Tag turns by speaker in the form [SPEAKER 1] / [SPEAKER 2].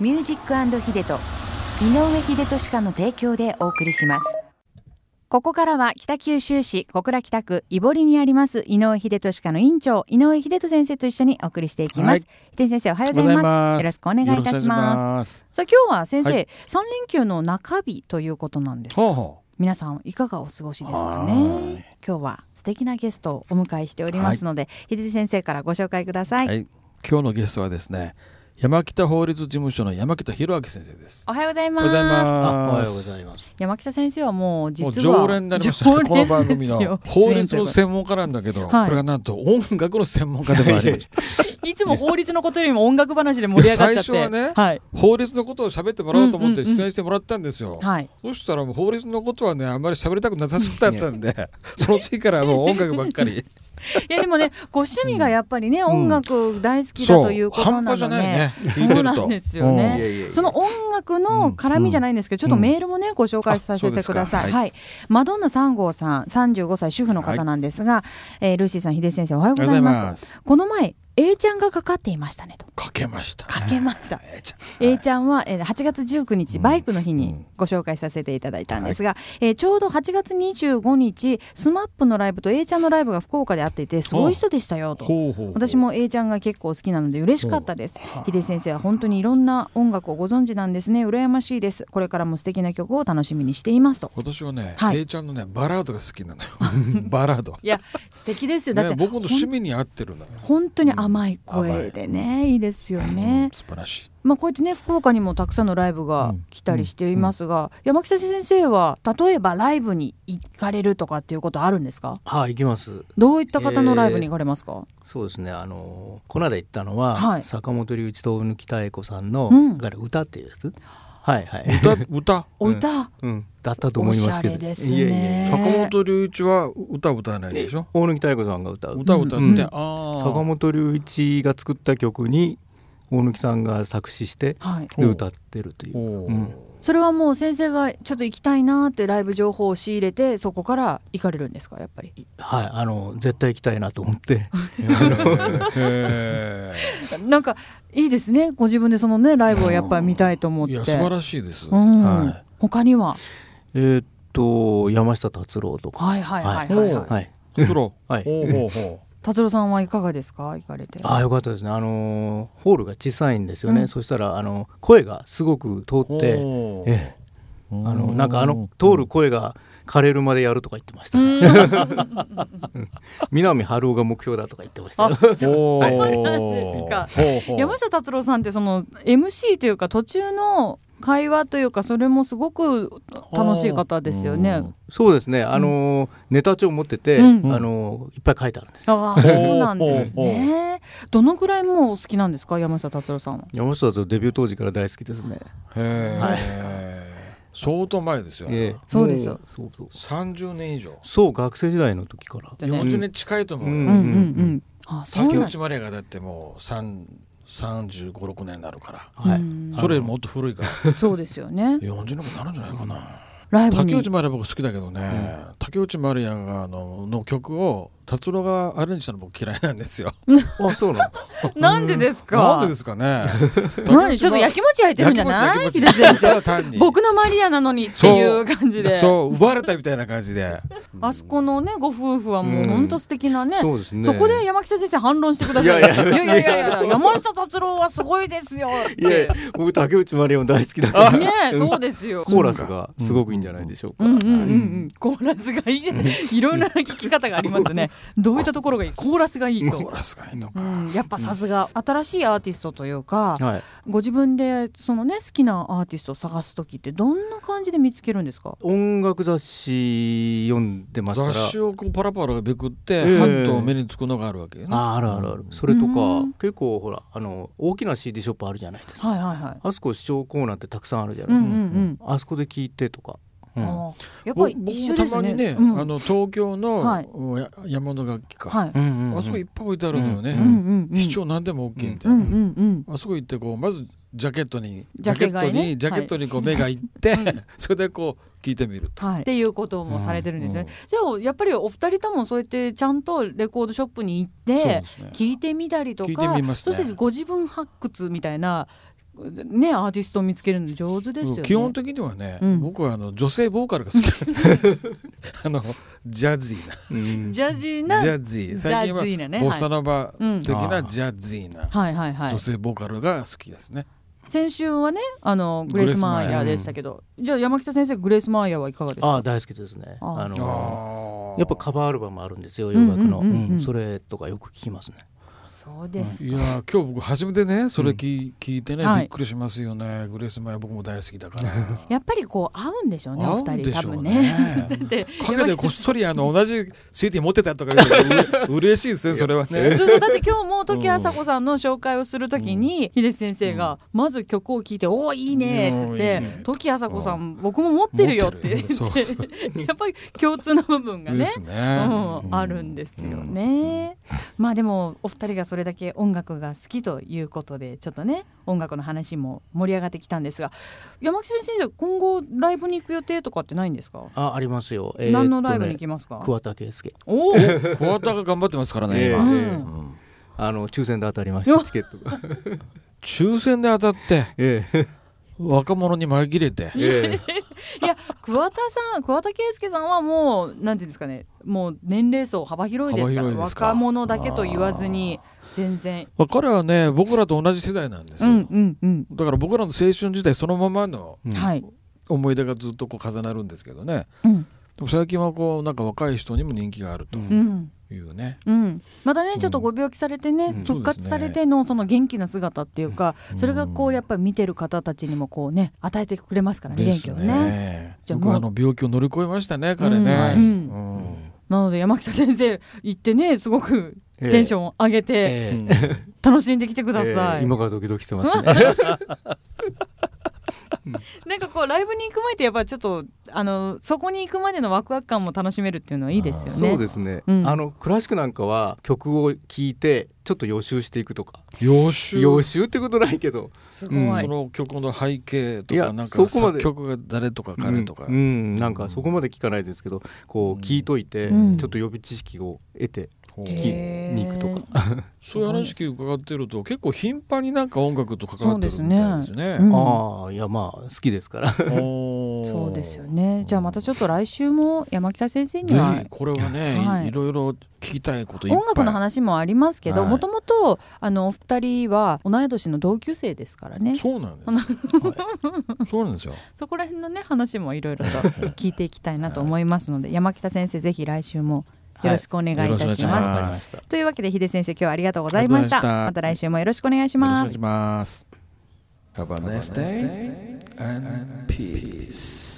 [SPEAKER 1] ミュージックヒデト井上秀俊家の提供でお送りしますここからは北九州市小倉北区井堀にあります井上秀俊家の院長井上秀人先生と一緒にお送りしていきます、
[SPEAKER 2] はい。
[SPEAKER 1] 秀俊先生おはようございますよろしくお願いいたしますすさあ今日は先生、
[SPEAKER 2] は
[SPEAKER 1] 三連休の中日ということなんです
[SPEAKER 2] ほうほ
[SPEAKER 1] 皆さんいかがお過ごしですか
[SPEAKER 2] はー
[SPEAKER 1] ね今日は素敵なゲストをお迎えしておりますので、秀俊先生からご紹介くださ
[SPEAKER 2] う。
[SPEAKER 1] い、
[SPEAKER 2] はい。今日のゲストはですね、山北法律事務所の山北弘明先生です。
[SPEAKER 1] おはようござい
[SPEAKER 2] お
[SPEAKER 1] ま
[SPEAKER 2] はようござい
[SPEAKER 1] す
[SPEAKER 2] ま
[SPEAKER 3] あ
[SPEAKER 2] す。
[SPEAKER 3] おはようございます。
[SPEAKER 1] 山北先生はもう実
[SPEAKER 2] も
[SPEAKER 1] は
[SPEAKER 2] う常連になりましたね、この番組の法律の専門家なんだけど、
[SPEAKER 1] はい
[SPEAKER 2] これがなんと音楽の専門家でもありました
[SPEAKER 1] いつも法律のことよりも音楽話で盛り上がっちゃって
[SPEAKER 2] 最初はね
[SPEAKER 1] はい
[SPEAKER 2] 法律のことを喋ってもらおうと思っ
[SPEAKER 1] う
[SPEAKER 2] て
[SPEAKER 1] んうんうん
[SPEAKER 2] 出演してもらったんですよ、
[SPEAKER 1] はい
[SPEAKER 2] そしたらもう法律のことはねあんまり喋りたくなさそうだったんで その次からもう音楽ばっ かり
[SPEAKER 1] いやでもねご趣味がやっぱりね、音楽大好きだ
[SPEAKER 2] そう
[SPEAKER 1] ということ
[SPEAKER 2] 半
[SPEAKER 1] な
[SPEAKER 2] 端じ
[SPEAKER 1] の
[SPEAKER 2] ゃ
[SPEAKER 1] で、
[SPEAKER 2] ないね聞いて
[SPEAKER 1] そう
[SPEAKER 2] ると
[SPEAKER 1] なんですよね
[SPEAKER 2] うん
[SPEAKER 3] いやいやいや
[SPEAKER 1] その音楽の絡みじゃないんですけど、
[SPEAKER 2] うん
[SPEAKER 1] ちょっとメールもね、ご紹介させてくだ
[SPEAKER 2] あ
[SPEAKER 1] さ
[SPEAKER 2] そうです
[SPEAKER 1] い。
[SPEAKER 2] か
[SPEAKER 1] はい、マドンナ3号さん、35歳主婦の方なんですが、えールーシーさん、秀吉先生、おはようござい
[SPEAKER 2] おはようござい
[SPEAKER 1] ま
[SPEAKER 2] ますす。
[SPEAKER 1] この前、A ちゃんがかかっていましたねと。
[SPEAKER 2] かけました
[SPEAKER 1] かけました。
[SPEAKER 2] えーちゃん
[SPEAKER 1] A ちゃんはえー8月19日バイクの日
[SPEAKER 2] う
[SPEAKER 1] に
[SPEAKER 2] ん
[SPEAKER 1] ご紹介させていただいたんですが、えーちょうど8月25日スマップのライブと A ちゃんのライブが福岡であっていてすごい人でしたよと
[SPEAKER 2] ほうほうほう
[SPEAKER 1] 私も A ちゃんが結構好きなので嬉しかったです
[SPEAKER 2] ほうはあ
[SPEAKER 1] 秀樹先生は本当にいろんな音楽をご存知なんですね羨ましいですこれからも素敵な曲を楽しみにしていますと
[SPEAKER 2] 今年はね、
[SPEAKER 1] はい
[SPEAKER 2] A ちゃんのねバラードが好 きなのよバラード、
[SPEAKER 1] いや 素敵ですよだっ
[SPEAKER 2] ね
[SPEAKER 1] て、、
[SPEAKER 2] 僕
[SPEAKER 1] ほ
[SPEAKER 2] の
[SPEAKER 1] ん
[SPEAKER 2] 趣味に合ってるのよ、
[SPEAKER 1] 本当に甘い声でねいいですよね
[SPEAKER 2] 素晴らしい
[SPEAKER 1] まあ、こうやってね福岡にもたくさんのライブが来たりしていますが、山木先生は例えばライブに行かれるとかっていうことあるんですか
[SPEAKER 3] はい、行きます。
[SPEAKER 1] どういった方のライブに行かれますか、
[SPEAKER 3] そうですね。あのこの間行ったのは、
[SPEAKER 1] はい
[SPEAKER 3] 坂本龍一と大貫妙子さんの、
[SPEAKER 1] うん
[SPEAKER 3] あれ歌っていうやつ。はいはい。
[SPEAKER 2] 歌歌
[SPEAKER 1] お歌、
[SPEAKER 3] うん、だったと思いますけど。
[SPEAKER 1] おしゃれですね
[SPEAKER 3] いやいやいや
[SPEAKER 2] 坂本龍一は歌を歌わないでしょ
[SPEAKER 3] 大貫妙子さんが歌う。
[SPEAKER 2] 歌を歌って、
[SPEAKER 3] うん
[SPEAKER 2] ああ
[SPEAKER 3] 坂本龍一が作った曲に大貫さんが作詞して
[SPEAKER 1] はい、
[SPEAKER 3] で歌ってるという。
[SPEAKER 2] おー
[SPEAKER 3] うん
[SPEAKER 1] それはもう先生がちょっと行きたいなーってライブ情報を仕入れてそこから行かれるんですかやっぱり
[SPEAKER 3] はい、あの絶対行きたいなと思って。
[SPEAKER 2] へ
[SPEAKER 1] なんかいいですねご自分でそのねライブをやっぱり見たいと 思
[SPEAKER 2] ー
[SPEAKER 1] っ
[SPEAKER 2] い
[SPEAKER 1] て
[SPEAKER 2] や素晴らしいです、
[SPEAKER 1] うん
[SPEAKER 3] はい
[SPEAKER 1] 他には
[SPEAKER 3] えーっと山下達郎とか。
[SPEAKER 1] はいはいはいはい、
[SPEAKER 2] はい
[SPEAKER 1] は
[SPEAKER 2] お
[SPEAKER 1] い
[SPEAKER 2] ー、
[SPEAKER 3] はい。
[SPEAKER 2] プロ、
[SPEAKER 3] はい
[SPEAKER 2] ほうほうほ
[SPEAKER 1] 達郎さんはいかがですか行かれて
[SPEAKER 3] ああよかったですね、あのーホールが小さいんですよね、
[SPEAKER 1] うん
[SPEAKER 3] そしたら、あの声がすごく 通
[SPEAKER 2] う
[SPEAKER 3] って、
[SPEAKER 2] ほう
[SPEAKER 3] ええ
[SPEAKER 2] あ
[SPEAKER 3] あのなんかあの通る声が枯れるまでやるとか言ってました、ね、南春夫が目標だとか言ってましたよ
[SPEAKER 2] そう
[SPEAKER 3] はい
[SPEAKER 1] なんです
[SPEAKER 2] かほうほう
[SPEAKER 1] 山下達郎さんってその MC というか途中の会話というかそれもすごく楽しい方ですよね。
[SPEAKER 3] そうですね、あのーネタ帳持ってて、
[SPEAKER 1] うん
[SPEAKER 3] あのーいっぱい書いてあるんです、
[SPEAKER 1] ああそうなんですね。どのくらいもうお好きなんですか山下達郎さんは。
[SPEAKER 3] 山下達郎デビュー当時から大好きですね、
[SPEAKER 2] へえ、相当前ですよ、
[SPEAKER 3] ええ
[SPEAKER 1] そうですよ
[SPEAKER 3] もうそうそう
[SPEAKER 2] 30年以上
[SPEAKER 3] そう学生時代の時から
[SPEAKER 1] ね
[SPEAKER 2] 40年近いと思うよ、
[SPEAKER 3] う
[SPEAKER 1] う
[SPEAKER 3] ん
[SPEAKER 1] んうんうん。あそう
[SPEAKER 2] 竹
[SPEAKER 1] なん
[SPEAKER 2] 内まりやがだってもう3 3 5 6年になるから
[SPEAKER 3] はい、
[SPEAKER 1] うん
[SPEAKER 2] それよりもっと古いから
[SPEAKER 1] そうですよね。
[SPEAKER 2] 40年もなるんじゃないかな
[SPEAKER 1] ライブ
[SPEAKER 2] 竹
[SPEAKER 1] に
[SPEAKER 2] 内。まりや僕好きだけどね、竹内まりやがあのの曲を達郎がアレンジしたの僕嫌いなんですよ
[SPEAKER 3] あそうなんだ
[SPEAKER 1] なんでです
[SPEAKER 2] なんで
[SPEAKER 1] か
[SPEAKER 2] で。すかね
[SPEAKER 1] 何ちょっと焼きもち焼いてるんじゃない秀先生。
[SPEAKER 2] ただ単に
[SPEAKER 1] 僕のマリアなのにっていう感じで。
[SPEAKER 2] そう奪われたみたいな感じで
[SPEAKER 1] あそこのねご夫婦はもう本当素敵なね、
[SPEAKER 3] そうですね
[SPEAKER 1] そこで山北先生反論してください。
[SPEAKER 3] いやいや
[SPEAKER 1] いやいやいやいや山下達郎はすごいですよっ
[SPEAKER 3] いや
[SPEAKER 1] て
[SPEAKER 3] いや。僕竹内まりやも大好きだから
[SPEAKER 1] ねえそうですよ。
[SPEAKER 3] コーラスがすごくいいんじゃないでしょうか。
[SPEAKER 1] うんうんうんうん、コーラスがいい、いろんな聞き方がありますね。どういったところがいい、コーラスがいい
[SPEAKER 2] コー
[SPEAKER 1] と。
[SPEAKER 2] ラスがいいの
[SPEAKER 1] う
[SPEAKER 2] か、
[SPEAKER 1] ん、やっぱさすが新しいアーティストというか、
[SPEAKER 3] はい。
[SPEAKER 1] ご自分でそのね好きなアーティストを探す時ってどんな感じで見つけるんですか。
[SPEAKER 3] 音楽雑誌読んでますから。
[SPEAKER 2] 雑誌をこうパラパラめくって、
[SPEAKER 3] ええ
[SPEAKER 2] ハンと目につくのがあるわけよね
[SPEAKER 3] ああるあるある。それと
[SPEAKER 1] う
[SPEAKER 3] か
[SPEAKER 1] ん
[SPEAKER 3] 結構ほらあの大きな CD ショップあるじゃないですか。
[SPEAKER 1] はいはいはい。
[SPEAKER 3] あそこ視聴コーナーってたくさんあるじゃ
[SPEAKER 1] うん
[SPEAKER 3] な
[SPEAKER 1] う
[SPEAKER 3] い。
[SPEAKER 1] んうん。
[SPEAKER 3] あそこで聞いてとか。うん
[SPEAKER 1] あーやっぱ
[SPEAKER 2] ぼ
[SPEAKER 1] り
[SPEAKER 2] 僕
[SPEAKER 1] 一緒
[SPEAKER 2] も
[SPEAKER 1] で
[SPEAKER 2] た
[SPEAKER 1] す
[SPEAKER 2] ま
[SPEAKER 1] ね。
[SPEAKER 2] にね、
[SPEAKER 1] うん
[SPEAKER 2] あの東京の、
[SPEAKER 1] はい
[SPEAKER 2] うんや山の楽器か、
[SPEAKER 1] はい。
[SPEAKER 3] うんうんうん
[SPEAKER 2] あそこいっぱい置いてあるのよね、
[SPEAKER 1] うんうんうん。
[SPEAKER 2] 市長何でも OK みた
[SPEAKER 1] う
[SPEAKER 2] い
[SPEAKER 1] ん
[SPEAKER 2] な、
[SPEAKER 1] うんうん。
[SPEAKER 2] あそこ行ってこうまずジャケットに
[SPEAKER 1] ジャケ買いね
[SPEAKER 2] ジャケットにジャケットにこう目がいって、それでこう聞いてみると。
[SPEAKER 1] はい、っていうこともされてるんですよね、
[SPEAKER 2] う
[SPEAKER 1] じゃあやっぱりお二人ともそうやってちゃんとレコードショップに行っ
[SPEAKER 2] そう
[SPEAKER 1] て
[SPEAKER 2] ですね。
[SPEAKER 1] 聞いてみたりと
[SPEAKER 2] 聞いて
[SPEAKER 1] か、
[SPEAKER 2] みます
[SPEAKER 1] そ
[SPEAKER 2] ね
[SPEAKER 1] してご自分発掘みたいなねアーティストを見つけるの上手ですよね。
[SPEAKER 2] 基本的にはね、
[SPEAKER 1] うん
[SPEAKER 2] 僕はあの女性ボーカルが好きなんです よあのジャズィー
[SPEAKER 3] うん
[SPEAKER 1] ジャジー
[SPEAKER 2] な
[SPEAKER 1] な
[SPEAKER 2] ジャズィー
[SPEAKER 1] ジャ
[SPEAKER 2] 最
[SPEAKER 1] ズ
[SPEAKER 2] 近
[SPEAKER 1] ィーな
[SPEAKER 2] は
[SPEAKER 1] ね
[SPEAKER 2] ボサノバ
[SPEAKER 1] うん
[SPEAKER 2] 的なジャズィーな
[SPEAKER 1] はいはいはい
[SPEAKER 2] 女。性ボーカルが好きですね、
[SPEAKER 1] 先週はねあのグレースマイヤーでしたけど、じゃあ山北先生グレースマイヤーはいかがですか。
[SPEAKER 4] ああ大好きですね
[SPEAKER 1] あ
[SPEAKER 4] あ
[SPEAKER 1] ー
[SPEAKER 4] の
[SPEAKER 2] あー
[SPEAKER 4] やっぱカバーアルバムあるんですよ洋楽の、
[SPEAKER 1] うんうんうんうん
[SPEAKER 4] うんそれとかよく聞きますね
[SPEAKER 1] そうです。
[SPEAKER 2] いやー今日僕初めてねそれ聞,、聞いてね
[SPEAKER 1] はい
[SPEAKER 2] びっくりしますよね、グレースマイヤー僕も大好きだから
[SPEAKER 1] やっぱりこう合うんでしょうねお
[SPEAKER 2] 合う
[SPEAKER 1] 二
[SPEAKER 2] ん
[SPEAKER 1] 人
[SPEAKER 2] で
[SPEAKER 1] 多
[SPEAKER 2] しょう
[SPEAKER 1] 分
[SPEAKER 2] ね
[SPEAKER 1] ね。 で
[SPEAKER 2] 陰でこっそりあの同じ CD 持ってたとか言うと う嬉しいですねそれはね
[SPEAKER 1] そうそうだって今日も時あさこさんの紹介をするときに秀先生がまず曲を聴いて「おおいいね」っつっ
[SPEAKER 2] う
[SPEAKER 1] て
[SPEAKER 2] んいい
[SPEAKER 1] 「
[SPEAKER 2] ね
[SPEAKER 1] 時あさこさん僕も持ってるよ」って言っ
[SPEAKER 2] 持って
[SPEAKER 1] て
[SPEAKER 2] るそうそ
[SPEAKER 1] やっぱり共通の部分が
[SPEAKER 2] で
[SPEAKER 1] ね。
[SPEAKER 2] すね、
[SPEAKER 1] うん、あるんですよね、まあでもお二人がそれだけ音楽が好きということでちょっとね音楽の話も盛り上がってきたんですが山木先生今後ライブに行く予定とかってないんですか、
[SPEAKER 4] あありますよ、
[SPEAKER 1] 何のライブに行
[SPEAKER 4] き
[SPEAKER 1] きますか、
[SPEAKER 4] 桑田佳祐
[SPEAKER 1] おお
[SPEAKER 2] 小田が頑張ってますからね、
[SPEAKER 3] ええ
[SPEAKER 2] 今、
[SPEAKER 1] うん
[SPEAKER 2] うん
[SPEAKER 3] あの抽選で当たりましたチケット が
[SPEAKER 2] 抽選で当たって
[SPEAKER 3] ええ
[SPEAKER 2] 若者に紛れて
[SPEAKER 3] え
[SPEAKER 1] いや桑田さん桑田佳祐さんはもうなんていうんですかねもう年齢層幅広いですから
[SPEAKER 2] 幅広いですか
[SPEAKER 1] 若者だけと言わずに全然
[SPEAKER 2] まあ彼はね僕らと同じ世代なんです
[SPEAKER 1] う
[SPEAKER 2] よ、
[SPEAKER 1] んうんうん、
[SPEAKER 2] だから僕らの青春時代そのままの
[SPEAKER 3] え
[SPEAKER 1] はい、
[SPEAKER 2] 思い出がずっとこう重なるんですけどね
[SPEAKER 1] うん
[SPEAKER 2] でも最近はこうなんか若い人にも人気があると
[SPEAKER 1] うん
[SPEAKER 2] いうね、
[SPEAKER 1] うん、またねちょっとご病気されてね、
[SPEAKER 3] うん
[SPEAKER 1] 復活されてのその元気な姿っていうか、それがこうやっぱり見てる方たちにもこうね与えてくれますからね
[SPEAKER 2] で
[SPEAKER 1] 元
[SPEAKER 2] す
[SPEAKER 1] 気を
[SPEAKER 2] ね
[SPEAKER 1] ね。じゃあ
[SPEAKER 2] 僕はあ
[SPEAKER 1] も
[SPEAKER 2] の病気を乗り越えましたね彼ね、
[SPEAKER 1] うんはい
[SPEAKER 2] うん
[SPEAKER 1] なので山北先生行ってねすごく
[SPEAKER 4] ええ
[SPEAKER 1] テンション上げて
[SPEAKER 4] ええ
[SPEAKER 2] うん
[SPEAKER 1] 楽しんできてください。
[SPEAKER 3] 今からドキドキしてますね
[SPEAKER 1] なんかこうライブに行く前ってやっぱちょっとあのそこに行くまでのワクワク感も楽しめるっていうのはいいですよね。
[SPEAKER 3] そうですね、
[SPEAKER 1] うん
[SPEAKER 3] あのクラシックなんかは曲を聴いてちょっと予習していくとか
[SPEAKER 2] 予習
[SPEAKER 3] 予習ってことないけど
[SPEAKER 1] す
[SPEAKER 3] ごい
[SPEAKER 2] その曲の背景と
[SPEAKER 3] い
[SPEAKER 2] か
[SPEAKER 3] や
[SPEAKER 2] なんか
[SPEAKER 3] そこま
[SPEAKER 2] 作
[SPEAKER 3] で
[SPEAKER 2] 曲が誰とか彼とか、
[SPEAKER 3] うんうんなんかそこまで聞かないですけどこ
[SPEAKER 2] うん
[SPEAKER 3] う聞いといて、
[SPEAKER 1] うん
[SPEAKER 3] ちょっと予備知識を得て
[SPEAKER 2] ほう
[SPEAKER 3] 聞きに行くとか、
[SPEAKER 2] そういう話聞いて伺ってると結構頻繁になんか音楽と関わってるみたいですね
[SPEAKER 1] うん
[SPEAKER 4] ああいやまあ好きですから
[SPEAKER 2] おー
[SPEAKER 1] そうですよね。じゃあまたちょっと来週も山北先生に
[SPEAKER 2] ぜ
[SPEAKER 1] は
[SPEAKER 2] ひこれはね、
[SPEAKER 1] はい
[SPEAKER 2] い、ろいろ聞きたいこといっぱい
[SPEAKER 1] 音楽の話もありますけど、
[SPEAKER 2] はい
[SPEAKER 1] もともとあのお二人は同い年の同級生ですからね。
[SPEAKER 2] そうなんです、 はいそうなんですよ
[SPEAKER 1] そこら辺のね話もいろいろと聞いていきたいなと思います ので、山北先生ぜひ来週もよろしくお願いいたし
[SPEAKER 2] はいよろ
[SPEAKER 1] ま
[SPEAKER 2] し
[SPEAKER 1] す。
[SPEAKER 2] くお願いし
[SPEAKER 4] わかりました
[SPEAKER 1] というわけで秀先生今日はありがとうございました。
[SPEAKER 2] ありがとうございました
[SPEAKER 1] また来週もよろしくお願いし
[SPEAKER 2] よろしくお
[SPEAKER 1] ま
[SPEAKER 2] 願
[SPEAKER 1] す
[SPEAKER 2] いし。ます Have a nice day and peace